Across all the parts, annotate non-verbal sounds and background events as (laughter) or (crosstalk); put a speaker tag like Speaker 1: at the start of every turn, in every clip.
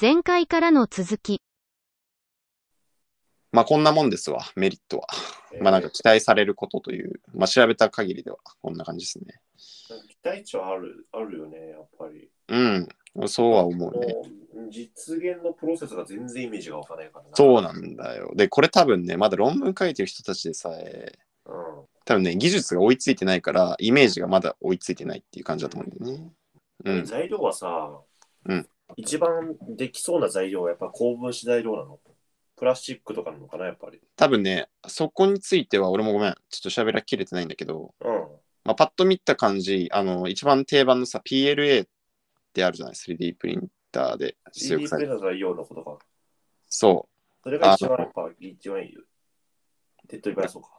Speaker 1: 前回からの続き。
Speaker 2: まあこんなもんですわ、メリットは。まあなんか期待されることという、まあ調べた限りではこんな感じですね。
Speaker 3: えー期待値はあるあるよね、やっぱり。
Speaker 2: うん、そうは思うね。
Speaker 3: もう実現のプロセスが全然イメージがわかないからな。
Speaker 2: そうなんだよ。で、これ多分ね、まだ論文書いてる人たちでさえ、
Speaker 3: うん。
Speaker 2: 多分ね、技術が追いついてないから、イメージがまだ追いついてないっていう感じだと思うんだよね。うん。
Speaker 3: 材料はさ、
Speaker 2: うん
Speaker 3: 一番できそうな材料はやっぱ高分子材料なのプラスチックとかなのかなやっぱり。
Speaker 2: 多分ね、そこについては俺もごめん、ちょっと喋らきれてないんだけど、
Speaker 3: うん。
Speaker 2: まあ、パッと見た感じ、あの、一番定番のさ、PLA ってあるじゃない ?3D プリンターで出
Speaker 3: CD
Speaker 2: 力さ
Speaker 3: プ
Speaker 2: れ
Speaker 3: レ
Speaker 2: る。
Speaker 3: ザー材料のことか。
Speaker 2: そう。
Speaker 3: それが一番やっぱ一番いいよ。手っ取り早そうか。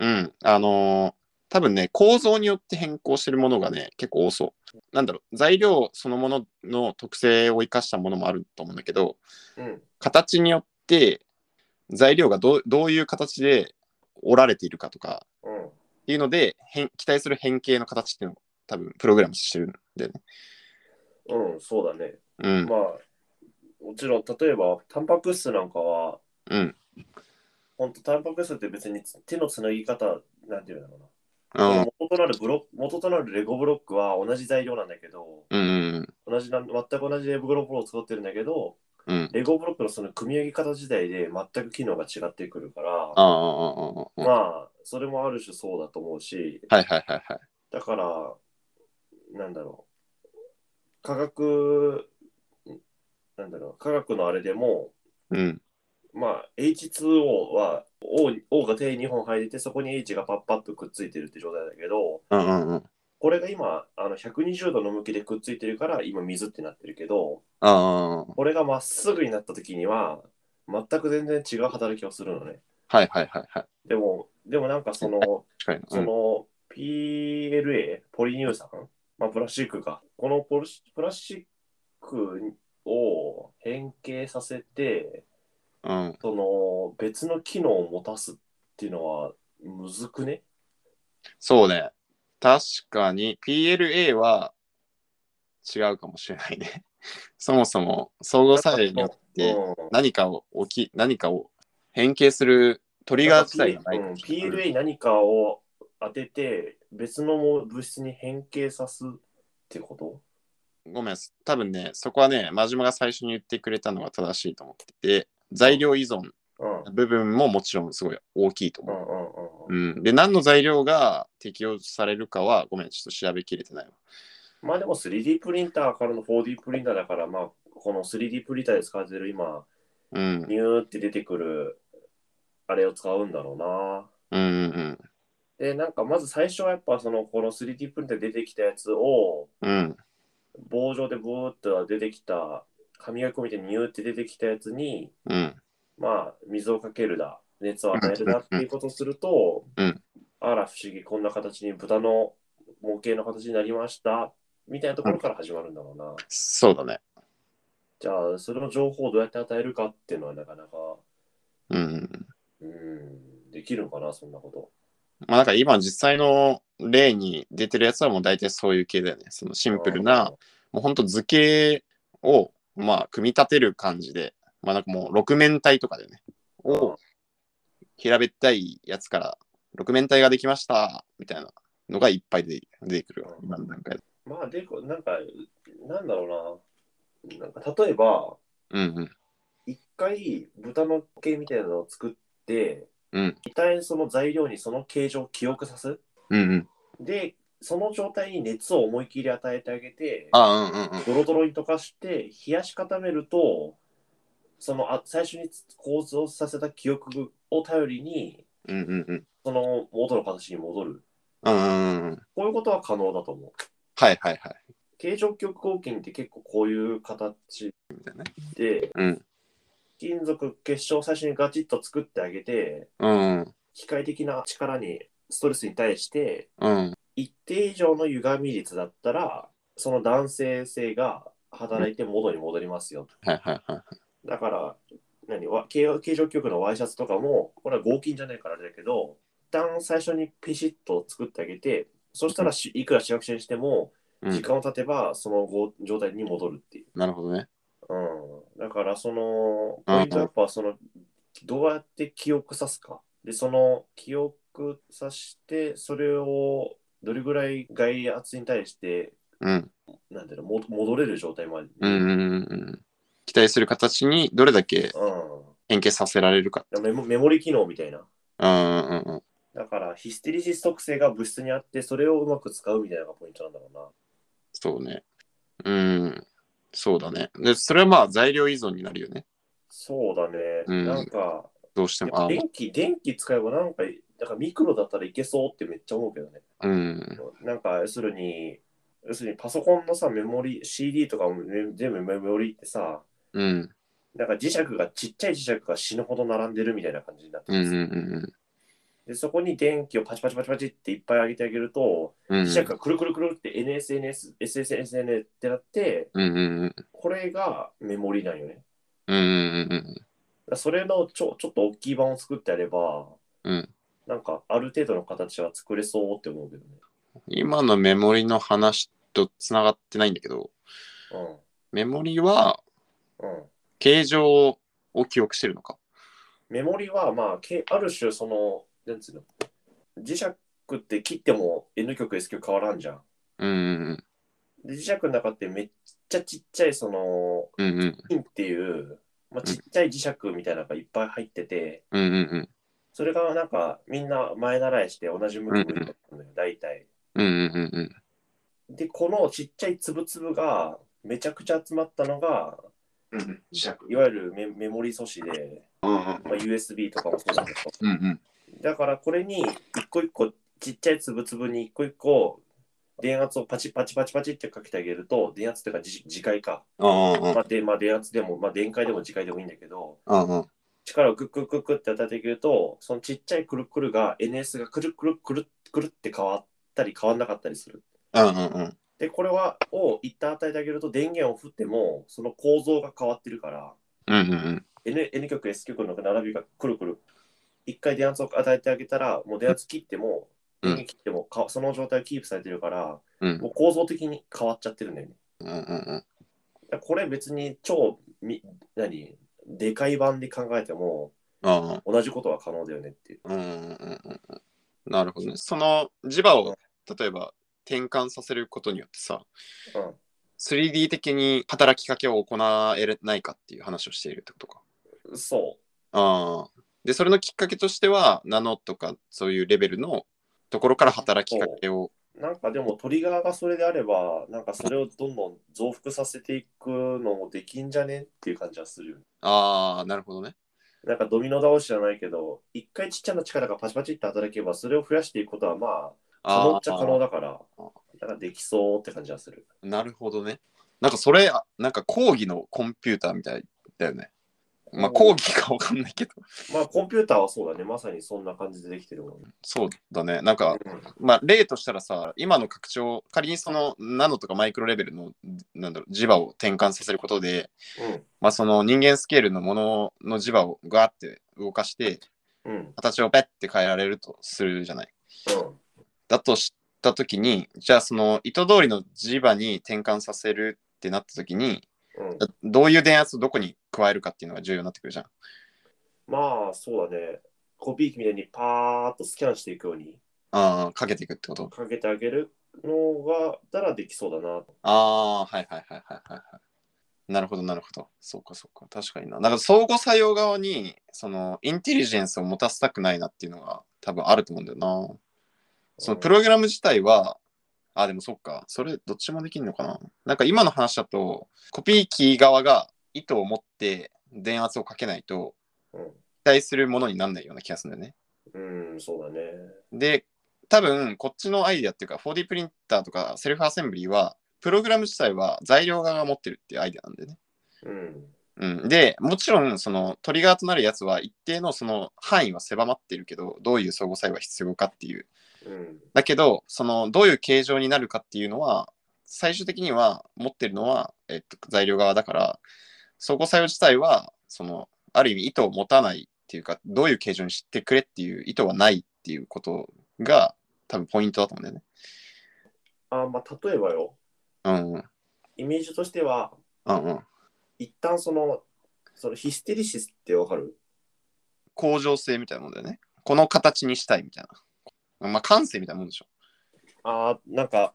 Speaker 2: うん、あのー多分ね、構造によって変更してるものがね、結構多そう。なんだろう、材料そのものの特性を生かしたものもあると思うんだけど、
Speaker 3: うん。
Speaker 2: 形によって材料がどうどういう形で折られているかとか
Speaker 3: うん。
Speaker 2: っていうので、変期待する変形の形っていうのを多分プログラムしてるんだよね。
Speaker 3: うん、そうだね。
Speaker 2: うん、
Speaker 3: まあ、もちろん、例えば、タンパク質なんかは、
Speaker 2: うん、
Speaker 3: 本当タンパク質って別に手のつなぎ方、なんていうのかな。
Speaker 2: うん、
Speaker 3: 元となるブロ元となるレゴブロックは同じ材料なんだけど、
Speaker 2: うん、
Speaker 3: 同じな全く同じレゴブロックを使ってるんだけど、
Speaker 2: うん。
Speaker 3: レゴブロックのその組み上げ方自体で全く機能が違ってくるから、
Speaker 2: ああ、ああ、ああ。
Speaker 3: まあ、それもある種そうだと思うし、
Speaker 2: はいはいはいはい。
Speaker 3: だから、なんだろう、科学、んなんだろう、科学のあれでも、
Speaker 2: うん、
Speaker 3: まあ、H2O は O, O が手に2本入れてそこに H がパッパッとくっついてるって状態だけど
Speaker 2: うん、うん、うん。
Speaker 3: これが今あの120度の向きでくっついてるから今水ってなってるけど
Speaker 2: ああ、
Speaker 3: これがまっすぐになった時には全く全然違う働きをするのね
Speaker 2: はいはいはいはい。
Speaker 3: でもでもなんかその
Speaker 2: 近いな。う
Speaker 3: そ
Speaker 2: ん、
Speaker 3: の PLA ポリ乳酸まあプラスチックかこのポルシプラスチックを変形させて
Speaker 2: うん。
Speaker 3: その別の機能を持たすっていうのはむずくね
Speaker 2: そうね。確かに PLA は違うかもしれないね。 (laughs) そもそも相互作用によって
Speaker 3: うん
Speaker 2: 何かを起き、何かを変形するトリガー自体がない
Speaker 3: うん
Speaker 2: かもしれない。
Speaker 3: PLA 何かを当てて別の物質に変形さすってこと
Speaker 2: ごめん、多分ね、そこはね、真島が最初に言ってくれたのが正しいと思ってて、材料依存
Speaker 3: うん
Speaker 2: の部分ももちろんすごい大きいと
Speaker 3: う
Speaker 2: 思う。
Speaker 3: んうんうん
Speaker 2: う
Speaker 3: う
Speaker 2: んん、で、何の材料が適用されるかは、ごめん、ちょっと調べきれてないわ。
Speaker 3: まあでも 3D プリンターからの 4D プリンターだからまあこの 3D プリンターで使ってる今
Speaker 2: うん、
Speaker 3: ニューって出てくるあれを使うんだろうな
Speaker 2: うん、うん、
Speaker 3: でなんかまず最初はやっぱそのこの 3D プリンターで出てきたやつを
Speaker 2: うん、
Speaker 3: 棒状でブーっと出てきた紙が込みでニューって出てきたやつに
Speaker 2: うん、
Speaker 3: まあ水をかけるだ熱を与えるだっていうことをすると、
Speaker 2: うん
Speaker 3: あら不思議こんな形に豚の模型の形になりましたみたいなところから始まるんだろうな、
Speaker 2: そうだね。
Speaker 3: じゃあそれの情報をどうやって与えるかっていうのはなかなか
Speaker 2: うん。
Speaker 3: うんできるのかなそんなこと
Speaker 2: まあなんか今実際の例に出てるやつはもう大体そういう系だよね。そのシンプルな、もうほんと図形をまあ組み立てる感じで、まあなんかもう六面体とかだよね。を平べったいやつから六面体ができましたみたいなのがいっぱいで出てくるわ。今の段階で。
Speaker 3: まあでこなんかなんだろうななんか例えば
Speaker 2: うんうん。
Speaker 3: 一回豚の模型みたいなのを作って
Speaker 2: うん
Speaker 3: 一体その材料にその形状を記憶さす
Speaker 2: うんうん。
Speaker 3: で、その状態に熱を思い切り与えてあげて、
Speaker 2: ああ、うんうんうん。
Speaker 3: ドロドロに溶かして、冷やし固めると、そのあ最初に構造させた記憶を頼りに、
Speaker 2: うんうんうん。
Speaker 3: その元の形に戻る。
Speaker 2: うんうんうん。
Speaker 3: こういうことは可能だと思う。
Speaker 2: はいはいはい。
Speaker 3: 形状記憶合金って結構こういう形
Speaker 2: みたいなね。
Speaker 3: で、
Speaker 2: うん。
Speaker 3: 金属結晶を最初にガチッと作ってあげて、
Speaker 2: うん
Speaker 3: 機械的な力に、ストレスに対して、
Speaker 2: うん。
Speaker 3: 一定以上の歪み率だったらその男性性が働いて元に戻りますよ、
Speaker 2: はいはいはい。
Speaker 3: だから何わ形形状記憶のワイシャツとかもこれは合金じゃないからあれだけど一旦最初にピシッと作ってあげてそしたらしいくら市役所にしても
Speaker 2: う
Speaker 3: 時
Speaker 2: ん、
Speaker 3: 間を経てばそのご状態に戻るっていう、
Speaker 2: なるほどね。
Speaker 3: うん、だから、その、ポイントアップは、その、どうやって記憶さすか。で、その、記憶さして、それを、どれぐらい外圧に対して、
Speaker 2: うん。
Speaker 3: なんていうの、も戻れる状態まで。
Speaker 2: うんうんうんうん。期待する形にどれだけ
Speaker 3: う
Speaker 2: 変形させられるか。
Speaker 3: ん。メモメモリ機能みたいな。
Speaker 2: うんうんうん。
Speaker 3: だから、ヒステリシス特性が物質にあって、それをうまく使うみたいなのがポイントなんだろうな。
Speaker 2: そうね。うん。そうだね。で、それはまあ材料依存になるよね。
Speaker 3: そうだね。
Speaker 2: うん
Speaker 3: なんか、
Speaker 2: どうしても。あ
Speaker 3: 電気、電気使えばなんか、なんかミクロだったらいけそうってめっちゃ思うけどね。
Speaker 2: うん。
Speaker 3: なんか、要するに、要するにパソコンのさ、メモリ、CD とかも、ね、全部メモリってさ、
Speaker 2: うん。
Speaker 3: なんか磁石が、ちっちゃい磁石が死ぬほど並んでるみたいな感じになって
Speaker 2: うん。う
Speaker 3: ま
Speaker 2: ん
Speaker 3: す。で、そこに電気をパチパチパチパチっていっぱい上げてあげると、
Speaker 2: うん。うん。う
Speaker 3: 磁
Speaker 2: ん
Speaker 3: 石がくるくるくるって NSNS、SSNSN ってなって、
Speaker 2: うんうん。
Speaker 3: これがメモリなんよね。
Speaker 2: うんうんうん
Speaker 3: だからそれのちょちょっと大きい版を作ってあれば、
Speaker 2: うん
Speaker 3: なんかある程度の形は作れそうって思うけどね。
Speaker 2: 今のメモリの話とつながってないんだけど、メモリは
Speaker 3: うん。うん。
Speaker 2: 形状を記憶してるのか。
Speaker 3: メモリは、まあ、けある種、その、なんつうの、磁石って切っても N 極、S 極変わらんじゃん。
Speaker 2: うん
Speaker 3: で、磁石の中ってめっちゃちっちゃい、その、
Speaker 2: うんうんうん
Speaker 3: 金っていう、まあ、ちっちゃい磁石みたいなのがいっぱい入ってて、
Speaker 2: うんうん
Speaker 3: それがなんかみんな前習いして同じ向きになってるのよ、大体。
Speaker 2: うんうんうんうん
Speaker 3: で、このちっちゃい粒々がめちゃくちゃ集まったのが、
Speaker 2: うん磁石
Speaker 3: いわゆるメメモリ素子で、
Speaker 2: うん
Speaker 3: まあ、USB とかもそうだけど、
Speaker 2: うんうん
Speaker 3: だからこれに一個一個ちっちゃい粒々に一個一個電圧をパチパチパチパチってかけてあげると電圧っていうかじ磁界か、まあでまあ、電圧でも、まあ、電解でも磁界でもいいんだけど
Speaker 2: うんうん
Speaker 3: 力をグッグッグッグッって当ててあげるとそのちっちゃいくるくるが NS がくるくるくるくるって変わったり変わんなかったりする。
Speaker 2: うん
Speaker 3: でこれはを一旦与えてあげると電源を振ってもその構造が変わってるから。
Speaker 2: うん
Speaker 3: N, N 極 S 極の並びがくるくる一回電圧を与えてあげたらもう電圧切っても
Speaker 2: うん
Speaker 3: 電源切ってもかその状態をキープされてるから
Speaker 2: うん
Speaker 3: もう構造的に変わっちゃってるんだよね
Speaker 2: うん
Speaker 3: だからこれ別に超み何でかい版で考えても
Speaker 2: あ
Speaker 3: 同じことは可能だよねっていう
Speaker 2: あ、うんうんうんうん。なるほどね。その磁場を例えば転換させることによってさ、
Speaker 3: うん
Speaker 2: 3D 的に働きかけを行えないかっていう話をしているってことか。
Speaker 3: そ
Speaker 2: ああ。で、それのきっかけとしては、ナノとかそういうレベルのところから働きかけを。
Speaker 3: うなんかでもトリガーがそれであればなんかそれをどんどん増幅させていくのもできんじゃねっていう感じはするよね
Speaker 2: ああ、なるほどね。
Speaker 3: なんかドミノ倒しじゃないけど、一回ちっちゃな力がパチパチって働けば、それを増やしていくことはまあ、可能
Speaker 2: あ
Speaker 3: っちゃ可能
Speaker 2: あ、
Speaker 3: だから
Speaker 2: あ、
Speaker 3: なんかできそうって感じはする。
Speaker 2: なるほどね。なんかそれ、あなんか講義のコンピューターみたいだよね。まあ講義かわかんないけど。
Speaker 3: まあ、コンピューターはそうだね。まさにそんな感じでできてるもんね。
Speaker 2: そうだね。なんか、まあ例としたらさ、今の拡張、仮にそのナノとかマイクロレベルの、なんだろう、磁場を転換させることで、まあその人間スケールのものの磁場をガーって動かして、
Speaker 3: うん。うん。
Speaker 2: 形をペッて変えられるとするじゃない。
Speaker 3: うん。
Speaker 2: だとしたときに、じゃあその糸通りの磁場に転換させるってなったときに、
Speaker 3: うん、
Speaker 2: どういう電圧をどこに加えるかっていうのが重要になってくるじゃん。
Speaker 3: まあ、そうだね。コピー機みたいにパーッとスキャンしていくように
Speaker 2: ああ、かけていくってこと。
Speaker 3: かけてあげるのが、たらできそうだな。
Speaker 2: ああ、はいはいはいはいはいはい。なるほどなるほど。そうかそうか。確かにな。なんか相互作用側に、そのインテリジェンスを持たせたくないなっていうのが多分あると思うんだよな。そのプログラム自体は、あ、でもそっか、それどっちもできるのかな。なんか今の話だと、コピー機側が意図を持って電圧をかけないと、
Speaker 3: うん。
Speaker 2: 期待するものにならないような気がするんだよね。
Speaker 3: うん、そうだね。
Speaker 2: で、多分こっちのアイデアっていうか、4D プリンターとかセルフアセンブリーは、プログラム自体は材料側が持ってるっていうアイデアなんでね。
Speaker 3: うん。
Speaker 2: うん、で、もちろん、そのトリガーとなるやつは一定のその範囲は狭まってるけど、どういう相互作用が必要かっていう
Speaker 3: うん。
Speaker 2: だけど、そのどういう形状になるかっていうのは、最終的には持ってるのは、えっと、材料側だから、相互作用自体は、そのある意味意図を持たないっていうか、どういう形状にしてくれっていう意図はないっていうことが、多分ポイントだと思うんだ
Speaker 3: あ、まあ、例えばよ。
Speaker 2: よね。
Speaker 3: イメージとしては、
Speaker 2: うんうん。うんうん。
Speaker 3: 一旦そのそのヒステリシスってわかる
Speaker 2: 恒常性みたいなもんだよね。この形にしたいみたいな。まあ、感性みたいなもんでしょ。
Speaker 3: ああ、なんか、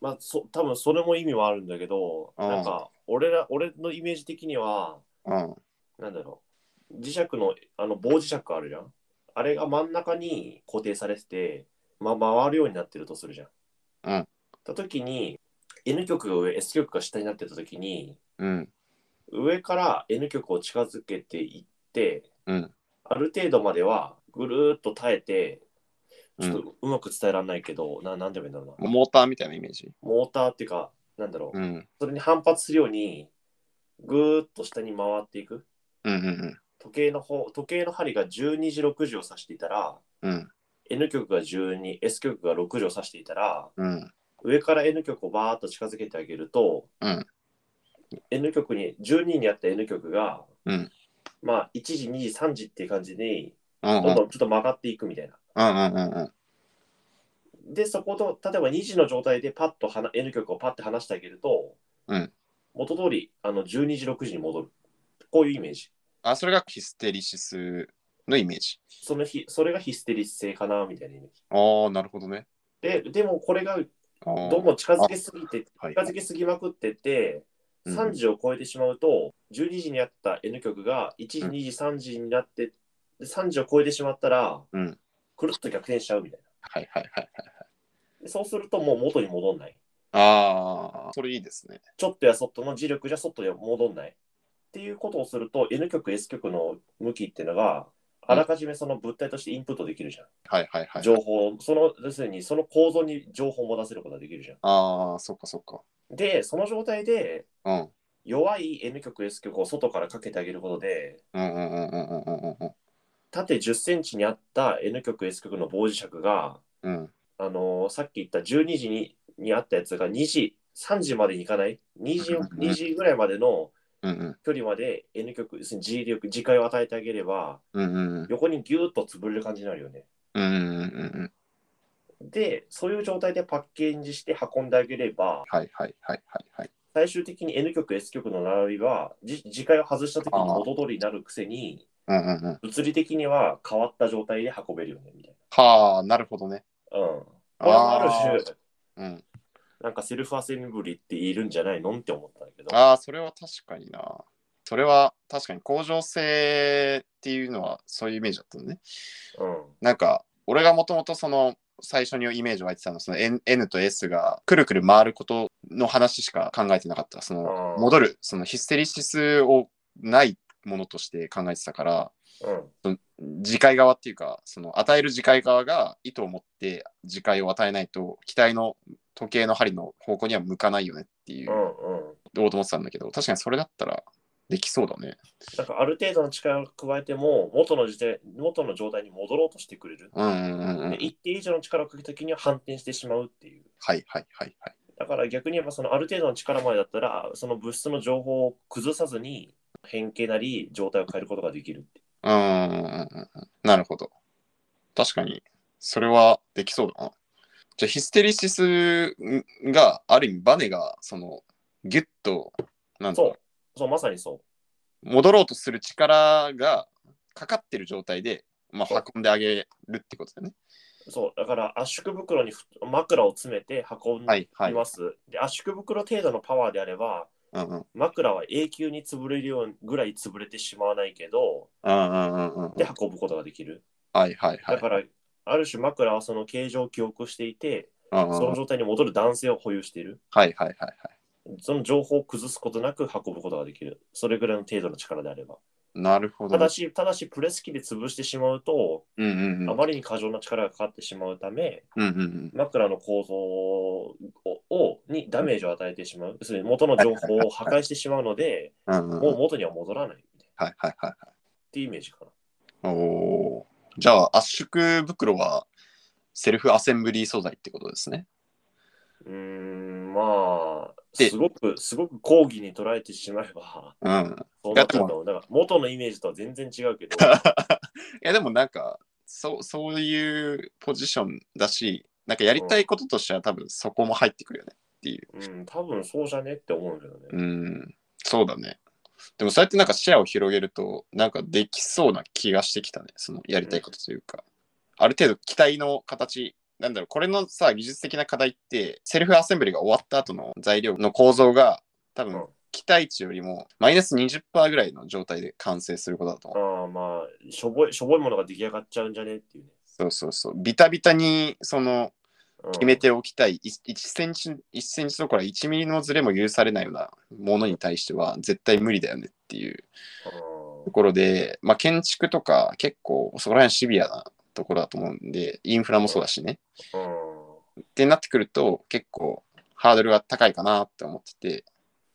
Speaker 3: まあ、そ多分それも意味はあるんだけど、
Speaker 2: うん
Speaker 3: なんか、俺ら、俺のイメージ的には、
Speaker 2: うん。
Speaker 3: なんだろう、磁石の、あの、棒磁石あるじゃん。あれが真ん中に固定されてて、まあ、回るようになってるとするじゃん。
Speaker 2: うん。
Speaker 3: たときに、N 極が上、S 極が下になってたときに、
Speaker 2: うん。
Speaker 3: 上から N 極を近づけていって、
Speaker 2: うん。
Speaker 3: ある程度まではぐるーっと耐えて、ちょっとうまく伝えられないけど、ななんでもいいんだろうな。
Speaker 2: モーターみたいなイメージ。
Speaker 3: モーターっていうか、なんだろう、
Speaker 2: うん。
Speaker 3: それに反発するように、ぐーっと下に回っていく。
Speaker 2: うんうん
Speaker 3: 時計の方時計の針が12時、6時を指していたら、
Speaker 2: うん。うん。
Speaker 3: N 極が12、S 極が6時を指していたら、
Speaker 2: うん。
Speaker 3: 上から N 極をバーっと近づけてあげると、
Speaker 2: うん
Speaker 3: N 極に12にあった N 極が、
Speaker 2: うん
Speaker 3: まあ1時2時3時っていう感じに
Speaker 2: うん
Speaker 3: どん
Speaker 2: うん
Speaker 3: どんちょっと曲がっていくみたいな。
Speaker 2: うんうんうん。
Speaker 3: でそこと例えば2時の状態でパッとはな N 極をパッて離してあげると、
Speaker 2: うん
Speaker 3: 元通りあの12時6時に戻るこういうイメージ
Speaker 2: あ、それがヒステリシスのイメージ。
Speaker 3: その日それがヒステリス性かなみたいなイメージ
Speaker 2: ああ、なるほどね。
Speaker 3: ででもこれが
Speaker 2: あー
Speaker 3: どんどん近づけすぎて
Speaker 2: はい
Speaker 3: 近づけすぎまくってって、
Speaker 2: うん
Speaker 3: 3時を超えてしまうと、12時にあった N 曲が1時、
Speaker 2: うん
Speaker 3: 2時、3時になって、で3時を超えてしまったら、
Speaker 2: うん
Speaker 3: くるっと逆転しちゃうみたい
Speaker 2: はいはいはいはい。
Speaker 3: な。でそうするともう元に戻んない。
Speaker 2: ああ、それいいですね。
Speaker 3: ちょっとやそっとの磁力じゃそっとや戻んない。っていうことをすると、N 曲、S 曲の向きっていうのが、あらかじめその物体としてインプットできるじゃん。
Speaker 2: はいはいはい。
Speaker 3: 情報を、その、要するにその構造に情報も出せることができるじゃ
Speaker 2: ああ、そっかそっか。
Speaker 3: ん。で、その状態で、
Speaker 2: うん。
Speaker 3: 弱い N 極 S 極を外からかけてあげることで
Speaker 2: うんうんうんうんうんうんうん
Speaker 3: 縦1 0センチにあった N 極 S 極の棒磁石が、
Speaker 2: うん。うん。
Speaker 3: あのーさっき言った12時ににあったやつが2時3時までに行かない2時
Speaker 2: うんうんうん
Speaker 3: 2時ぐらいまでの
Speaker 2: うんうん
Speaker 3: 距離まで N 極要するに G 力磁界を与えてあげれば
Speaker 2: うんうん
Speaker 3: 横にギューッと潰れる感じになるよね。
Speaker 2: うんうんうんうん。
Speaker 3: でそういう状態でパッケージして運んであげれば
Speaker 2: はいはいはいはいはい。
Speaker 3: 最終的に N 極 S 極の並びはじ磁界を外した時に元通りになるくせに
Speaker 2: うんうんうん。
Speaker 3: 物理的には変わった状態で運べるよねみたい
Speaker 2: はあ、なるほどね。
Speaker 3: な。うん。これも
Speaker 2: あ
Speaker 3: ある
Speaker 2: ー
Speaker 3: 種、
Speaker 2: うん。
Speaker 3: なんかセルフアセンブリっているんじゃないのって思ったんだけど。
Speaker 2: ああ、それは確かにな。それは確かに向上性っていうのはそういうイメージだったのね。
Speaker 3: うん。
Speaker 2: なんか、俺がもともとその最初にイメージ湧いてたのは、その N, N と S がくるくる回ることの話しか考えてなかった。その
Speaker 3: あー
Speaker 2: 戻る、そのヒステリシスをないものとして考えてたから、
Speaker 3: うん。
Speaker 2: 次回側っていうか、その与える次回側が意図を持って次回を与えないと、機体の時計の針の方向には向かないよねっていう
Speaker 3: う、ん。うん。
Speaker 2: どうと思ってたんだけど、確かにそれだったらできそうだね。
Speaker 3: なんかある程度の力を加えても、元の時点元の状態に戻ろうとしてくれる。
Speaker 2: うんうんうんうん。は
Speaker 3: で
Speaker 2: い
Speaker 3: 一定以上の力をかけた時には反転してしまうっていう。
Speaker 2: はいはいはい。
Speaker 3: だから逆に言えば、そのある程度の力までだったら、その物質の情報を崩さずに、変形なり状態を変えることができるって。
Speaker 2: うんうんうんうんうん。なるほど。確かに、それはできそうだな。じゃあ、ヒステリシスが、ある意味、バネが、その、ギュッと、なんだろう
Speaker 3: そう。そう、まさにそう。
Speaker 2: 戻ろうとする力がかかってる状態で、ま
Speaker 3: そう
Speaker 2: あ、運んであげるってことだよね。
Speaker 3: そう、だから圧縮袋にふ枕を詰めて運んで
Speaker 2: はいはい
Speaker 3: い。ます、で。圧縮袋程度のパワーであれば、
Speaker 2: うんうん
Speaker 3: 枕は永久に潰れるようぐらい潰れてしまわないけど、
Speaker 2: うんうんうんうんうん
Speaker 3: で、運ぶことができる。
Speaker 2: はいはいは
Speaker 3: だ
Speaker 2: い
Speaker 3: から、ある種枕はその形状を記憶していて、
Speaker 2: うんうん
Speaker 3: その状態に戻る男性を保有している。
Speaker 2: はいはいはいはい。
Speaker 3: その情報を崩すことなく運ぶことができる。それぐらいの程度の力であれば。
Speaker 2: なるほど
Speaker 3: た
Speaker 2: ね。
Speaker 3: だし、ただしプレス機で潰してしまうと、
Speaker 2: うんうんうん
Speaker 3: あまりに過剰な力がかかってしまうため、
Speaker 2: うんうんうん
Speaker 3: 枕の構造ををにダメージを与えてしまう、要するに元の情報を破壊してしまうので、
Speaker 2: うんうん
Speaker 3: も
Speaker 2: う
Speaker 3: うん元には戻らないみたいなっ
Speaker 2: はいはいはいはい。
Speaker 3: ていうイメージかな。
Speaker 2: おおー。じゃあ、圧縮袋はセルフアセンブリー素材ってことですね。
Speaker 3: うーん、まあ、
Speaker 2: です
Speaker 3: ごく、すごく抗議に捉えてしまえば、
Speaker 2: うん。
Speaker 3: そうなっちゃうと思う。だから元のイメージとは全然違
Speaker 2: (laughs)
Speaker 3: うけど、
Speaker 2: いや、でもなんか、そう、そういうポジションだし、なんかやりたいこととしては多分そこも入ってくるよねっていう。
Speaker 3: うん、多分そうじゃねって思うんだよね。
Speaker 2: うん、そうだね。でもそうやってなんか視野を広げると、なんかできそうな気がしてきたね。そのやりたいことというか。ある程度機体の形、なんだろう、これのさ、技術的な課題って、セルフアセンブリが終わった後の材料の構造が、多
Speaker 3: うん
Speaker 2: 分期待値よりもマイナス20%ぐらいの状態で完成することだと思う。
Speaker 3: ああ、まあ、しょぼい、しょぼいものが出来上がっちゃうんじゃねっていうね。
Speaker 2: そうそうそう。ビタビタに、その、
Speaker 3: うん
Speaker 2: 決めておきたい、1センチ、1センチどころか1ミリのズレも許されないようなものに対しては、絶対無理だよねっていう
Speaker 3: う
Speaker 2: ところで、まあ、建築とか結構そこら辺シビアなところだと思うんで、インフラもそうだしね。
Speaker 3: ん
Speaker 2: ってなってくると、結構ハードルが高いかなって思ってて、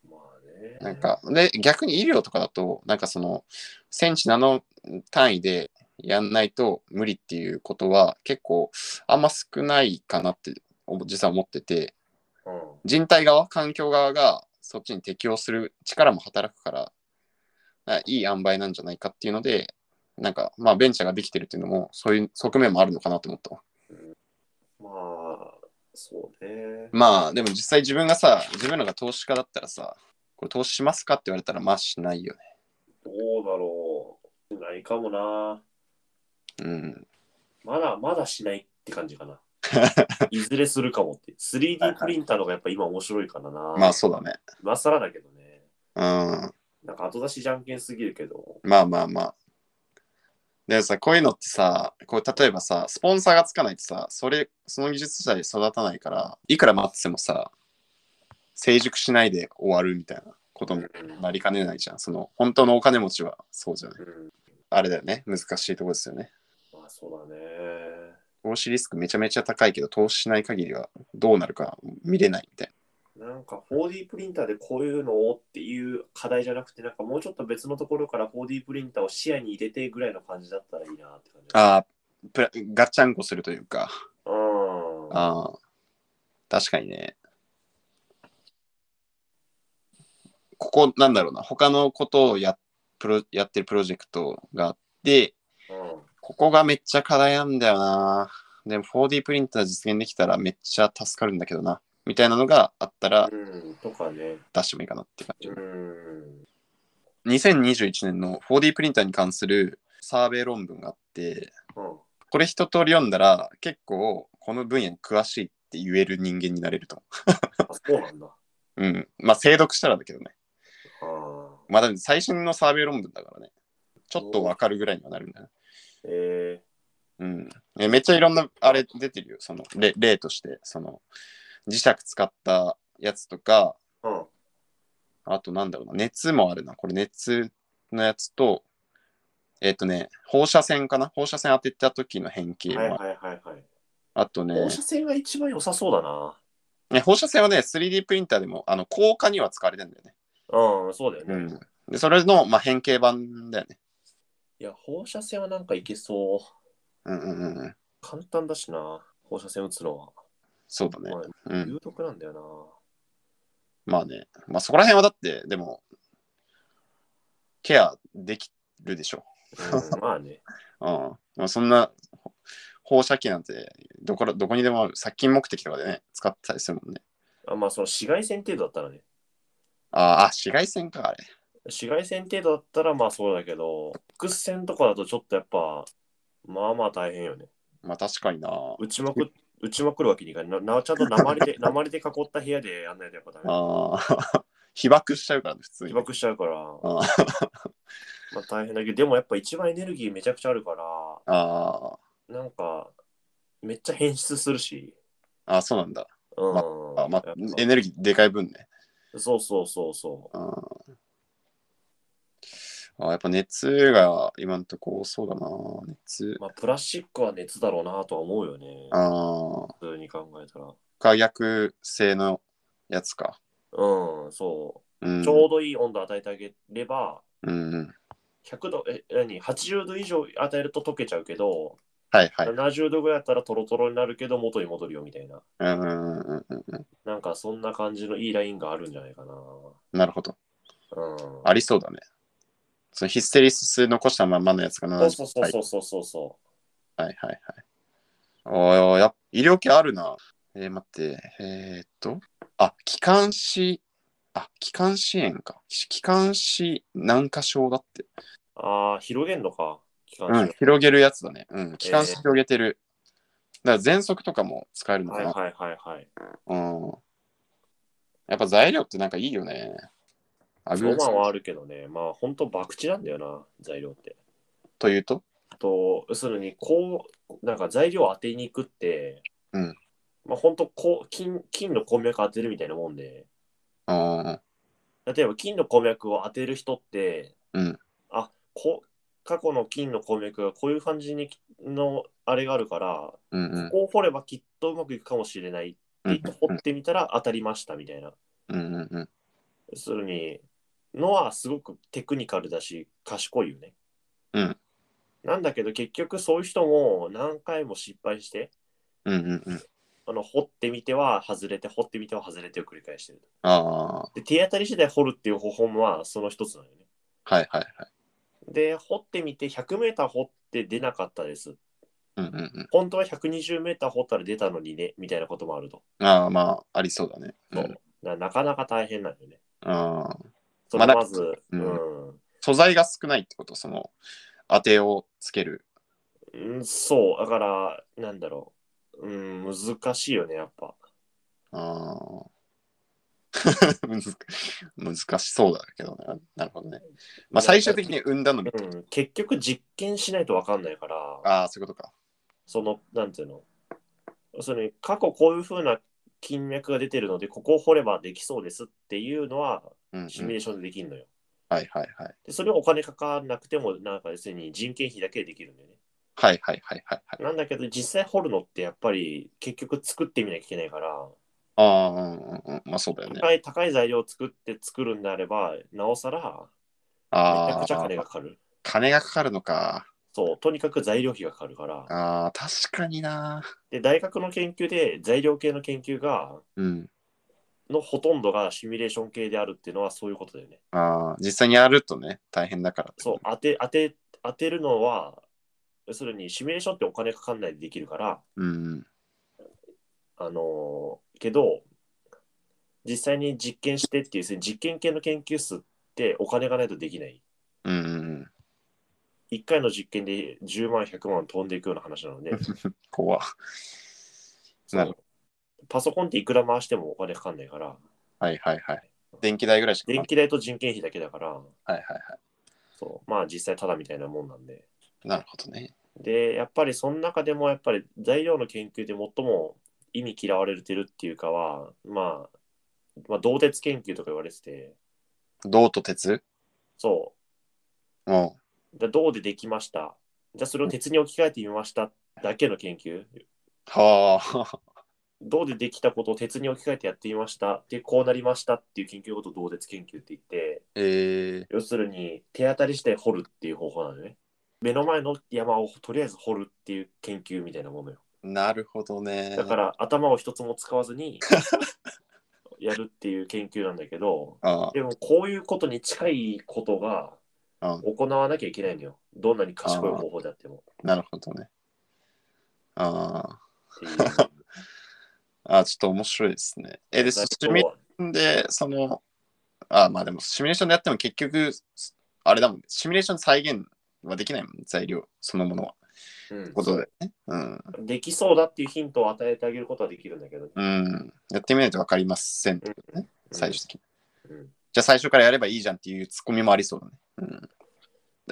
Speaker 3: うんまあね。
Speaker 2: なんか、で、逆に医療とかだと、なんかその、センチナノ単位でやんないと無理っていうことは、結構あんま少ないかなって、実は思ってて、
Speaker 3: うん、
Speaker 2: 人体側環境側がそっちに適応する力も働くからあいい塩梅なんじゃないかっていうのでなんかまあベンチャーができてるっていうのもそういう側面もあるのかなと思ったわ
Speaker 3: まあ、そうね。
Speaker 2: まあでも実際自分がさ自分のが投資家だったらさこれ投資しますかって言われたらまあしないよね
Speaker 3: どうだろう。ないかもな。
Speaker 2: うん
Speaker 3: まだ、まだしないって感じ
Speaker 2: (laughs)
Speaker 3: かな。いずれするかもって。
Speaker 2: はいは
Speaker 3: 3D
Speaker 2: い
Speaker 3: プリンターのがやっぱ今面白いからな。
Speaker 2: まあそうだね
Speaker 3: 今更だけどね。
Speaker 2: うん
Speaker 3: なんか後出しじゃんけんすぎるけど。
Speaker 2: まあまあまあでもさこういうのってさこう例えばさスポンサーがつかないとさそれその技術自体育たないからいくら待っててもさ成熟しないで終わるみたいなことに
Speaker 3: うん
Speaker 2: なりかねないじゃんその本当のお金持ちはそうじゃない
Speaker 3: うん
Speaker 2: あれだよね難しいとこですよね
Speaker 3: まあそうだね。
Speaker 2: 投資リスクめちゃめちゃ高いけど投資しない限りはどうなるか見れないみたい
Speaker 3: なんか 4D プリンターでこういうのをっていう課題じゃなくて、なんかもうちょっと別のところから 4D プリンターを視野に入れてぐらいの感じだったらいいなって感じ。
Speaker 2: なああプラガッチャンコするというか
Speaker 3: うん。
Speaker 2: ああ、確かにね。ここ、なんだろうな、他のことをやプロやってるプロジェクトがあって、
Speaker 3: うん
Speaker 2: ここがめっちゃ課題なんだよな。でも 4D プリンター実現できたらめっちゃ助かるんだけどな。みたいなのがあったら
Speaker 3: うん、とかね。
Speaker 2: 出してもいいかなって感じ。
Speaker 3: うん。
Speaker 2: 2021年の 4D プリンターに関するサーベイ論文があって、
Speaker 3: うん。
Speaker 2: これ一通り読んだら結構この分野に詳しいって言える人間になれると思
Speaker 3: あ、そうなんだ。
Speaker 2: う。うん。まあ精読したらだけどね。
Speaker 3: あー
Speaker 2: まあ、でも最新のサーベイ論文だからね。ちょっとわかるぐらいにはなるんだよね。
Speaker 3: え
Speaker 2: うん。えめっちゃいろんな、あれ出てるよ。その、例例として、その、磁石使ったやつとか、
Speaker 3: ー、うん。
Speaker 2: あとなんだろうな、熱もあるな。これ熱のやつと、えっ、とね、放射線かな放射線当てた時の変形もあ
Speaker 3: はい
Speaker 2: る、
Speaker 3: はいはいはい。
Speaker 2: あとね
Speaker 3: 放射線が一番良さそうだな。
Speaker 2: ね放射線はね、3D プリンターでも、あの、硬化には使われてんだよね。
Speaker 3: うん、そうだよね。
Speaker 2: うん。で、それの、まあ、変形版だよね。
Speaker 3: いや、放射線はなんかいけそ
Speaker 2: う
Speaker 3: う。
Speaker 2: んうんうんうん。
Speaker 3: 簡単だしな、放射線打つのは。
Speaker 2: そうだね
Speaker 3: まあ。
Speaker 2: うん。
Speaker 3: 有毒なんだよ
Speaker 2: まあね、まあそこら辺はだって、でも、ケアできるでしょ。
Speaker 3: な。うんまあね。
Speaker 2: うん。まあ、そんなほ放射器なんてどこら、どこにでもある殺菌目的とかでね、使ってたりするもんね。
Speaker 3: あまあ、その紫外線程度だったらね。
Speaker 2: ああ、紫外線か、あれ。
Speaker 3: 紫外線程度だったらまあそうだけど、X 線とかだとちょっとやっぱ、まあまあ大変よね。
Speaker 2: まあ確かにな。
Speaker 3: 打ちまく打ちまくるわけにいかない。ななちゃんと鉛で鉛で囲った部屋でやんないとやっぱダメ。
Speaker 2: ああ、 (laughs) 被爆しちゃうからね、普通に。
Speaker 3: 被爆しちゃうから、
Speaker 2: ああ
Speaker 3: まあ大変だけど、でもやっぱ一番エネルギーめちゃくちゃあるから、
Speaker 2: あ
Speaker 3: なんか、めっちゃ変質するし。
Speaker 2: あ、ああそうなんだ。
Speaker 3: うん。
Speaker 2: あまあ
Speaker 3: やっぱ、
Speaker 2: エネルギーでかい分ね。
Speaker 3: そうそうそうそう。
Speaker 2: ああ、やっぱ熱が今んとこ多そうだな。熱。
Speaker 3: まあ、プラスチックは熱だろうなとは思うよね。
Speaker 2: ああ。
Speaker 3: 普通に考えたら。
Speaker 2: 化学性のやつか。
Speaker 3: うん、そうう。
Speaker 2: ん、
Speaker 3: ちょうどいい温度与えてあげれば、
Speaker 2: うんうん。
Speaker 3: 100度、え、何、80度以上与えると溶けちゃうけど、
Speaker 2: はいはい。
Speaker 3: 70度ぐらいだったらトロトロになるけど元に戻るよみたいな。
Speaker 2: うんうんうんうんう。
Speaker 3: なんかそんな感じのいいラインがあるんじゃないかな。うん
Speaker 2: なるほど。
Speaker 3: ん。
Speaker 2: ありそうだね。そのヒステリス残したまんまのやつかな。
Speaker 3: そうそうそうそうそうそ
Speaker 2: はいはいはいはい。おーやっ医療系あるな。えー、待って。えー、っと。あ、気管支あ、気管支炎か。気管支軟化症だって。
Speaker 3: ああ、広げんのか。気管
Speaker 2: うん
Speaker 3: 支、
Speaker 2: 広げるやつだね。うん、気管支広げてる。だから喘息とかも使えるの
Speaker 3: は
Speaker 2: か
Speaker 3: い
Speaker 2: な。
Speaker 3: はいはいはい。
Speaker 2: うん。やっぱ材料ってなんかいいよね。あ
Speaker 3: ロマンはあるけどね、まあ本当博打なんだよな、材料って。
Speaker 2: というと
Speaker 3: あと、要するに、こう、なんか材料を当てに行くって、
Speaker 2: うん
Speaker 3: まあ本当こう金、金の鉱脈当てるみたいなもんで、
Speaker 2: うん。
Speaker 3: 例えば金の鉱脈を当てる人って、
Speaker 2: うん
Speaker 3: あこ過去の金の鉱脈がこういう感じにのあれがあるから、
Speaker 2: うんうん。
Speaker 3: ここを掘ればきっとうまくいくかもしれないって
Speaker 2: う
Speaker 3: 言っ
Speaker 2: ん
Speaker 3: て掘ってみたら当たりましたみたいな。
Speaker 2: うんうんうん。
Speaker 3: 要するに、のはすごくテクニカルだし、賢いよね。
Speaker 2: うん。
Speaker 3: なんだけど、結局そういう人も何回も失敗して、
Speaker 2: うんうんうん。
Speaker 3: あの掘ってみては外れて、掘ってみては外れてを繰り返してる。
Speaker 2: あ
Speaker 3: で、手当たり次第掘るっていう方法はその一つなのよね。
Speaker 2: あー、はいはいはい。
Speaker 3: で、掘ってみて100メーター掘って出なかったです。
Speaker 2: うんうん
Speaker 3: 本当は120メーター掘ったら出たのにね、みたいなこともあると。
Speaker 2: うん。ああ、まあ、ありそうだね。う、
Speaker 3: そうんななかなか大変なんだよね。
Speaker 2: あー
Speaker 3: そ
Speaker 2: まあ
Speaker 3: の
Speaker 2: なんか
Speaker 3: まず、
Speaker 2: う
Speaker 3: うん、
Speaker 2: 素材が少ないってこと、その、当てをつける。
Speaker 3: うん、そう、だから、なんだろう。うん、難しいよね、やっぱ。
Speaker 2: ああ。 (laughs) むず難しそうだけどね。なるほどね。まあ、最終的に生んだのみ
Speaker 3: うん、結局実験しないと分かんないから、
Speaker 2: ああ、そういうことか。
Speaker 3: その、なんていうの。それに過去こういう風な金脈が出てるので、ここを掘ればできそうですっていうのは、
Speaker 2: うん、うん。
Speaker 3: シミュレーションでできるのよ。
Speaker 2: はいはいはい。
Speaker 3: で、それはお金かからなくても、なんか要するに人件費だけでできるんだよね。
Speaker 2: はいはいはいはい、はい。
Speaker 3: なんだけど、実際掘るのってやっぱり結局作ってみなきゃいけないから、
Speaker 2: ああ、うんうんうん。まあそうだよね。
Speaker 3: 高い高い材料を作って作るんであれば、なおさら、めちゃ
Speaker 2: あ
Speaker 3: くちゃ金が
Speaker 2: あ、
Speaker 3: かかる。
Speaker 2: 金がかかるのか。
Speaker 3: そう、とにかく材料費がかかるから。
Speaker 2: ああ、確かにな。
Speaker 3: で、大学の研究で材料系の研究が、
Speaker 2: うん。
Speaker 3: のほとんどがシミュレーション系であるっていうのはそういうことだよね。
Speaker 2: ああ、実際にやるとね、大変だから。
Speaker 3: そう、当て、当て、当てるのは、要するにシミュレーションってお金かかんないでできるから、
Speaker 2: うん。
Speaker 3: あのーけど、実際に実験してっていう、実験系の研究室ってお金がないとできない。
Speaker 2: うんうんうん。
Speaker 3: 1回の実験で10万、100万飛んでいくような話なので、
Speaker 2: 怖っ
Speaker 3: そ
Speaker 2: なる
Speaker 3: うパソコンっていくら回してもお金かかんないから、
Speaker 2: はいはいはい。電気代ぐらいしか
Speaker 3: 電気代と人件費だけだから、
Speaker 2: はいはいは
Speaker 3: そうまあ実際ただみたいなもんなんで。
Speaker 2: い。なるほどね。
Speaker 3: で、やっぱりその中でもやっぱり材料の研究で最も意味嫌われてるっていうかは、まあ、まあ、銅鉄研究とか言われてて、
Speaker 2: 銅と鉄
Speaker 3: そ
Speaker 2: も
Speaker 3: う、で銅でできました。じゃあそれを鉄に置き換えてみましただけの研究。
Speaker 2: う。はあ。 (laughs)
Speaker 3: 銅でできたことを鉄に置き換えてやってみました。で、こうなりましたっていう研究のことを銅鉄研究って言って、
Speaker 2: ええ
Speaker 3: 要するに手当たりして掘るっていう方法なのね。目の前の山をとりあえず掘るっていう研究みたいなものよ。
Speaker 2: なるほどね。
Speaker 3: だから頭を一つも使わずにやるっていう研究なんだけど、
Speaker 2: あ
Speaker 3: でもこういうことに近いことが
Speaker 2: あ
Speaker 3: 行わなきゃいけないのよ。どんなに賢い方法であっても。
Speaker 2: なるほどね。あ
Speaker 3: っていう
Speaker 2: あ。ああ、ちょっと面白いですね。え、で、シミュレーションで、その、ああ、まあでも、シミュレーションでやっても結局、あれだもんね。シミュレーション再現はできないもん、材料そのものは。
Speaker 3: うん
Speaker 2: ことでね。うん。
Speaker 3: できそうだっていうヒントを与えてあげることはできるんだけどね。
Speaker 2: うん。やってみないと分かりませんってことね。最終的に。
Speaker 3: うん
Speaker 2: じゃあ最初からやればいいじゃんっていうツッコミもありそうだね。うん。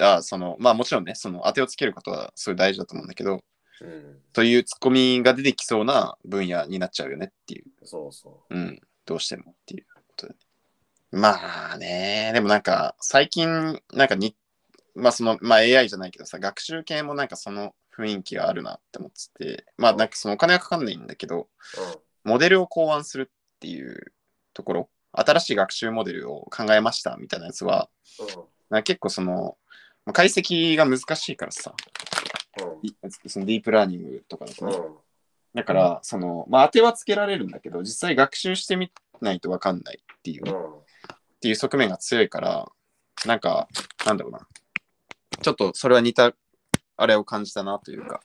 Speaker 2: ああそのまあもちろんね、その当てをつけることはすごい大事だと思うんだけど、
Speaker 3: うん
Speaker 2: というツッコミが出てきそうな分野になっちゃうよねっていう。
Speaker 3: そうそ
Speaker 2: うん。どうしてもっていうことで、まあね、でもなんか最近、なんかに、まあその、まあ AI じゃないけどさ、学習系もなんかその雰囲気があるなって思ってて、まあなんかそのお金はかかんないんだけど、
Speaker 3: う。うん
Speaker 2: モデルを考案するっていうところ、新しい学習モデルを考えましたみたいなやつは、なんか結構その、まあ解析が難しいからさ、
Speaker 3: うん
Speaker 2: いそのディープラーニングとかだと
Speaker 3: うん
Speaker 2: ね、
Speaker 3: うん
Speaker 2: だから、その、まあ、当てはつけられるんだけど、実際学習してみないとわかんないっていう、
Speaker 3: う
Speaker 2: っ
Speaker 3: ん
Speaker 2: ていう側面が強いから、なんか、なんだろうな。ちょっとそれは似た、あれを感じたなというか、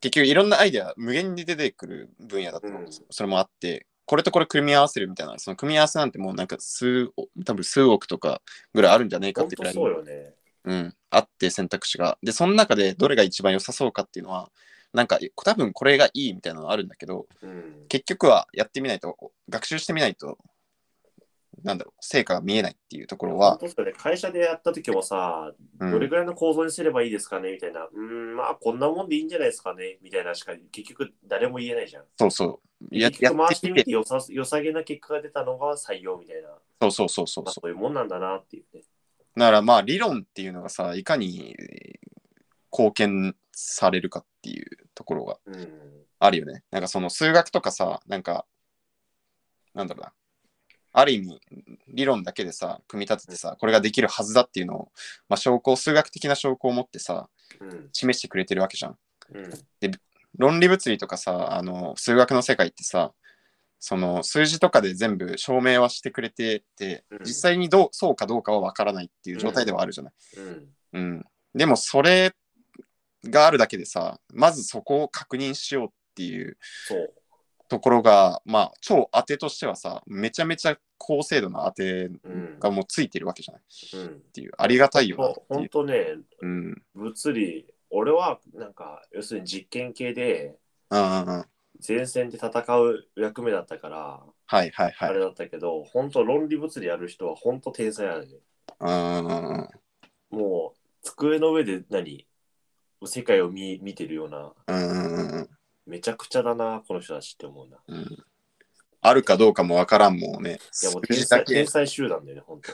Speaker 2: 結局いろんなアイデア、無限に出てくる分野だと、
Speaker 3: うん
Speaker 2: それもあって、これとこれ組み合わせるみたいな、その組み合わせなんてもうなんか数、多分数億とかぐらいあるんじゃねえかっ
Speaker 3: 本
Speaker 2: てぐ
Speaker 3: 当
Speaker 2: らい
Speaker 3: そうよね。
Speaker 2: うん、あって選択肢が。で、その中でどれが一番良さそうかっていうのは、なんか多分これがいいみたいなのあるんだけど、
Speaker 3: うん。
Speaker 2: 結局はやってみないと、学習してみないと、なんだろう、成果が見えないっていうところは
Speaker 3: 本、当そうよね会社でやった時もさ、
Speaker 2: う
Speaker 3: どれ
Speaker 2: ん、
Speaker 3: ぐらいの構造にすればいいですかねみたいな。うん、まあこんなもんでいいんじゃないですかねみたいなしか結局誰も言えないじゃん。
Speaker 2: そうそう。や
Speaker 3: 結
Speaker 2: や
Speaker 3: 局
Speaker 2: っ
Speaker 3: 回
Speaker 2: て
Speaker 3: して
Speaker 2: き
Speaker 3: み
Speaker 2: て、
Speaker 3: て良さ良さげな結果が出たのが採用みたいな。
Speaker 2: そうそうそうそう
Speaker 3: まあ
Speaker 2: そ
Speaker 3: そういうもんなんだなっていうね。
Speaker 2: う。だからまあ理論っていうのがさ、いかにえー貢献されるかっていうところが
Speaker 3: うん。
Speaker 2: あるよね。なんかその数学とかさ、なんか、なんだろうな。ある意味、理論だけでさ、組み立ててさ、これができるはずだっていうのを、まあ、証拠、数学的な証拠を持ってさ、
Speaker 3: うん。
Speaker 2: 示してくれてるわけじゃん。
Speaker 3: うん。
Speaker 2: 論理物理とかさ、あの、数学の世界ってさ、その数字とかで全部証明はしてくれてて
Speaker 3: うん、
Speaker 2: 実際にどう、そうかどうかは分からないっていう状態ではあるじゃない。
Speaker 3: うん。
Speaker 2: うん。でも、それがあるだけでさ、まずそこを確認しようっていう
Speaker 3: そう。
Speaker 2: ところが、まあ、超当てとしてはさ、めちゃめちゃ高精度な当て
Speaker 3: うん。
Speaker 2: がもうついてるわけじゃないっ
Speaker 3: うん。
Speaker 2: ていう、ありがたいよな
Speaker 3: まあ
Speaker 2: ってい
Speaker 3: 本
Speaker 2: う。
Speaker 3: 当ね、
Speaker 2: うん。うん
Speaker 3: 物理、俺はなんか、要するに実験系で
Speaker 2: うんうん。
Speaker 3: 前線で戦う役目だったから、
Speaker 2: はいはいは
Speaker 3: あ
Speaker 2: い。
Speaker 3: れだったけど、本当論理物理やる人は本当天才あるね。
Speaker 2: うんうんうん
Speaker 3: もう、机の上で何世界を見見てるような、
Speaker 2: うんうんうん
Speaker 3: めちゃくちゃだな、この人たちって思うな。
Speaker 2: うん。あるかどうかもわからんもんね。
Speaker 3: いや、
Speaker 2: 数
Speaker 3: もう天
Speaker 2: 字
Speaker 3: 才
Speaker 2: だ
Speaker 3: 天
Speaker 2: け、
Speaker 3: 才集団だよね、
Speaker 2: (laughs)
Speaker 3: 本当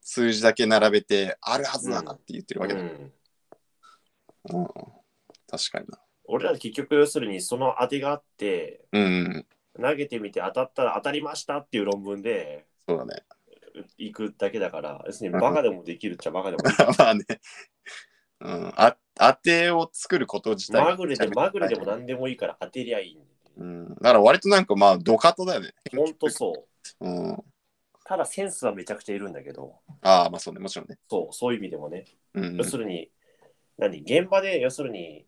Speaker 2: 数字だけ並べて、あるはずだなって言ってるわけ
Speaker 3: う
Speaker 2: だ。
Speaker 3: ん。
Speaker 2: うんうん確かにな。
Speaker 3: 俺ら結局、要するにその当てがあって、
Speaker 2: うんうん。
Speaker 3: 投げてみて当たったら当たりましたっていう論文で
Speaker 2: そうだね。 (laughs)
Speaker 3: 行くだけだから、要するにバカでもできるっちゃバカでもできる。
Speaker 2: まあね。うん。あ当てを作ること自体が
Speaker 3: まぐれでまぐれでも何でもいいから当てりゃいいんだ
Speaker 2: う
Speaker 3: よね。
Speaker 2: ん。だから割となんかまあ、ドカトだよね。
Speaker 3: ほんとそう。
Speaker 2: うん。
Speaker 3: ただセンスはめちゃくちゃいるんだけど、
Speaker 2: ああ、まあそうね、もちろんね。
Speaker 3: そう、そういう意味でもね。
Speaker 2: うん
Speaker 3: 要。するに、何、現場で、要するに、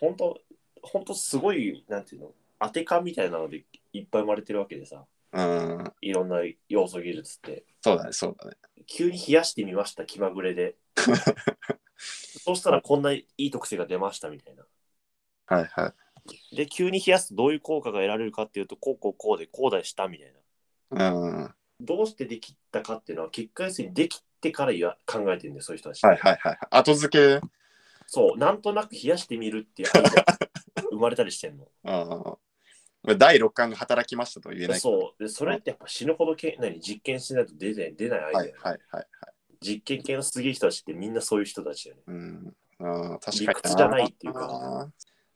Speaker 3: 本当本当すごい、なんていうの、当て感みたいなのでいっぱい生まれてるわけでさ、
Speaker 2: うん、
Speaker 3: いろんな要素技術って。
Speaker 2: そうだね、そうだね。
Speaker 3: 急に冷やしてみました、気まぐれで。そうしたらこんないい特性が出ましたみたいな。
Speaker 2: はいはい。
Speaker 3: で、急に冷やすとどういう効果が得られるかっていうと、こうこうこうで、こうだしたみたいな。
Speaker 2: うん。はい
Speaker 3: どうしてできたかっていうのは、結果要するにできてから言わ考えてるんだよ、そういう人たち。
Speaker 2: はいはいはい。後付け、
Speaker 3: そう、なんとなく冷やしてみるっていうアイデアが生まれたりしてん
Speaker 2: (laughs)
Speaker 3: の。
Speaker 2: うん。第六感が働きましたとは言えない。
Speaker 3: そうで、それってやっぱ死ぬほどけ何実験しないと出ない出ないアイデア、
Speaker 2: はいはいはい。
Speaker 3: 実験系のすげえ人たちってみんなそういう人たちよね。
Speaker 2: うん。あー確かに。
Speaker 3: 理屈じゃないっていうか。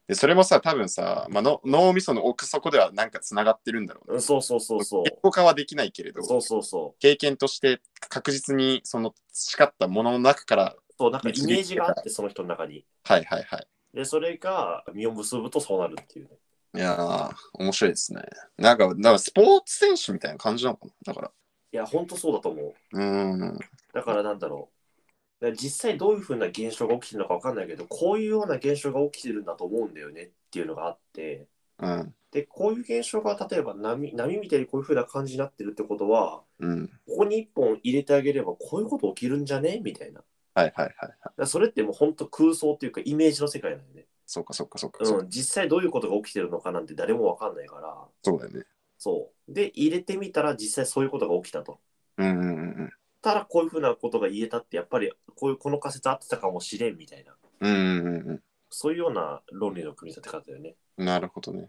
Speaker 2: で、それもさ、多分さ、まあ、の脳みその奥底ではなんかつながってるんだろう
Speaker 3: う
Speaker 2: ね。
Speaker 3: ん、そうそうそうそう。
Speaker 2: 結構化はできないけれど、
Speaker 3: そうそうそう。
Speaker 2: 経験として確実にその培ったものの中から、
Speaker 3: そう、なんかイメージがあって、その人の中に。
Speaker 2: はいはいはい。
Speaker 3: で、それが実を結ぶとそうなるっていうね。
Speaker 2: いやー、面白いですね。なんか、なんかスポーツ選手みたいな感じなのかな。だから。
Speaker 3: いや、ほんとそうだと思う。
Speaker 2: うん。
Speaker 3: だからなんだろう。だから実際どういうふうな現象が起きてるのかわかんないけど、こういうような現象が起きてるんだと思うんだよねっていうのがあって、
Speaker 2: うん。
Speaker 3: で、こういう現象が例えば波波みたいにこういうふうな感じになってるってことは、
Speaker 2: うん。
Speaker 3: ここに一本入れてあげればこういうこと起きるんじゃねみたいな。だか
Speaker 2: はいはいはい。
Speaker 3: らそれってもう本当空想っていうかイメージの世界なんだよね。
Speaker 2: そうかそうかそうか。そう
Speaker 3: うん、実際どういうことが起きてるのかなんて誰もわかんないから、
Speaker 2: そうだよね。
Speaker 3: そう。で、入れてみたら実際そういうことが起きたと。
Speaker 2: うんうんうん
Speaker 3: たらこういうふうなことが言えたって、やっぱりこういうこの仮説合ってたかもしれんみたいな。
Speaker 2: うん。うんうん
Speaker 3: そういうような論理の組み立て方だよね。
Speaker 2: うん。なるほどね。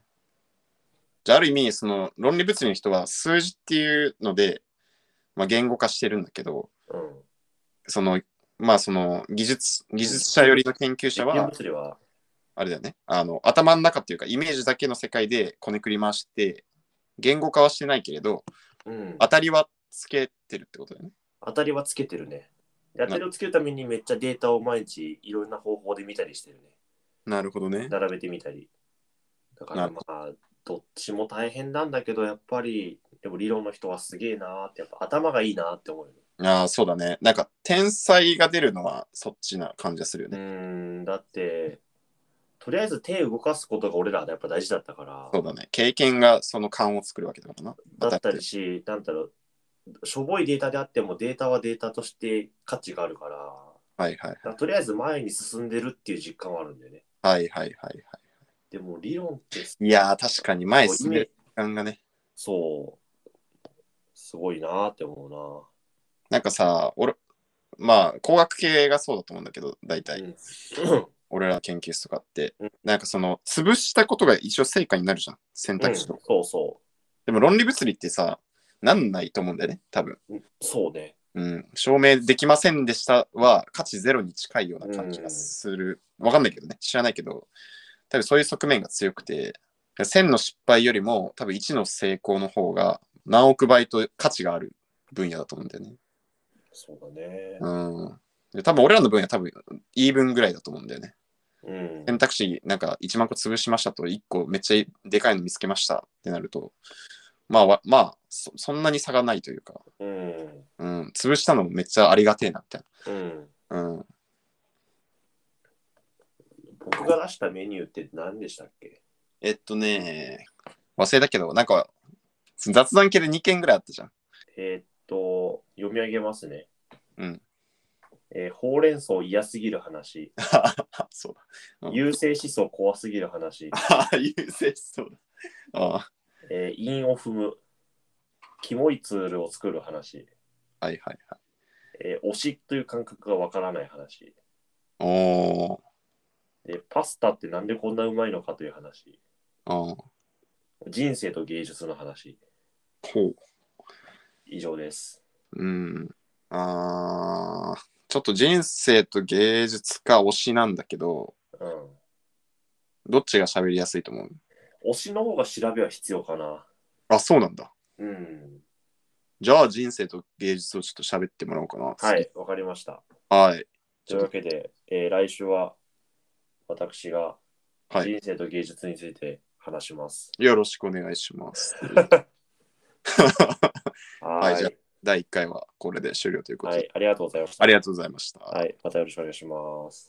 Speaker 2: じゃあ、ある意味、その論理物理の人は数字っていうので、まあ、言語化してるんだけど、
Speaker 3: うん。
Speaker 2: その、まあその技術、技術者寄りの研究者
Speaker 3: 実験
Speaker 2: は、
Speaker 3: 物理は、
Speaker 2: あれだよね、あの、頭の中っていうか、イメージだけの世界でこねくり回して、言語化はしてないけれど、
Speaker 3: うん、
Speaker 2: 当たりはつけてるってことだよね。
Speaker 3: 当たりはつけてるね。で当たりをつけるためにめっちゃデータを毎日いろんな方法で見たりしてるね。
Speaker 2: なるほどね。
Speaker 3: 並べてみたり。だか
Speaker 2: な
Speaker 3: ら
Speaker 2: る
Speaker 3: まあ、どっちも大変なんだけど、やっぱり、でも理論の人はすげえなーって、やっぱ頭がいいなーって思うよね。
Speaker 2: ああ、そうだね。なんか、天才が出るのはそっちな感じがするよ
Speaker 3: う
Speaker 2: ね。
Speaker 3: ーん、だって、とりあえず手を動かすことが俺らはやっぱ大事だったから、
Speaker 2: そうだね。経験がその感を作るわけだからな。
Speaker 3: だったりし、なんだろう、しょぼいデータであってもデータはデータとして価値があるから、だ
Speaker 2: はいはい
Speaker 3: からとりあえず前に進んでるっていう実感はあるんだよね。
Speaker 2: はいはいはいはい。
Speaker 3: でも理論ってす
Speaker 2: いやー、確かに前進
Speaker 3: ご
Speaker 2: め
Speaker 3: い
Speaker 2: る時間がね。
Speaker 3: そう、すごいなって思
Speaker 2: (clears throat) なんかさ、俺、まあ、工学系がそうだと思うんだけど、大
Speaker 3: うな。
Speaker 2: 体、
Speaker 3: うん
Speaker 2: 俺らの研究室とかって
Speaker 3: うん、
Speaker 2: なんかその、潰したことが一応成果になるじゃん、選択肢と。
Speaker 3: うんそうそ
Speaker 2: でも論理物理ってさ、なんないと思うんだよね、多分。
Speaker 3: う。そうね。
Speaker 2: うん、証明できませんでしたは価値ゼロに近いような感じがする。わかんないけどね、知らないけど、多分そういう側面が強くて、1000の失敗よりも多分1の成功の方が何億倍と価値がある分野だと思うんだよね。
Speaker 3: そうだね。
Speaker 2: うん。で多分俺らの分野多分イーブンぐらいだと思うんだよね。
Speaker 3: うん。
Speaker 2: 選択肢なんか1万個潰しましたと1個めっちゃでかいの見つけましたってなると、まあわ、まあ、そそんなに差がないというか、
Speaker 3: うん。
Speaker 2: うん、潰したのもめっちゃありがてえなみたい
Speaker 3: うん。
Speaker 2: な。うん。
Speaker 3: 僕が出したメニューって何でしたっけ
Speaker 2: えっとね、忘れたけど、なんか雑談系で2件ぐらいあったじゃん。
Speaker 3: えーっと、読み上げますね。
Speaker 2: うん。
Speaker 3: えーほうれん草嫌すぎる話、
Speaker 2: そうだ。うん
Speaker 3: 優勢思想怖すぎる話、
Speaker 2: ああ、優勢しそうだ。あ
Speaker 3: えー韻を踏む、キモいツールを作る話、
Speaker 2: あ、はいはいはい。
Speaker 3: えー推しという感覚がわからない話、
Speaker 2: おー
Speaker 3: でパスタってなんでこんなうまいのかという話、
Speaker 2: あー、
Speaker 3: 人生と芸術の話、
Speaker 2: ほう。
Speaker 3: 以上です。
Speaker 2: うん。あーちょっと人生と芸術か推しなんだけど、
Speaker 3: うん。
Speaker 2: どっちが喋りやすいと思う
Speaker 3: 推しの方が調べは必要かな。
Speaker 2: あ、そうなんだ。
Speaker 3: うん。
Speaker 2: じゃあ人生と芸術をちょっと喋ってもらおうかな。
Speaker 3: はい、わかりました。
Speaker 2: はい。
Speaker 3: というわけで、えー来週は私が
Speaker 2: はい。
Speaker 3: 人生と芸術について話します。
Speaker 2: よろしくお願いし
Speaker 3: (laughs)
Speaker 2: ます。
Speaker 3: はい
Speaker 2: じゃ第1回はこれで終了ということ
Speaker 3: は
Speaker 2: で、
Speaker 3: い、ありがとうございました。
Speaker 2: ありがとうございました。
Speaker 3: はい、またよろしくお願いします。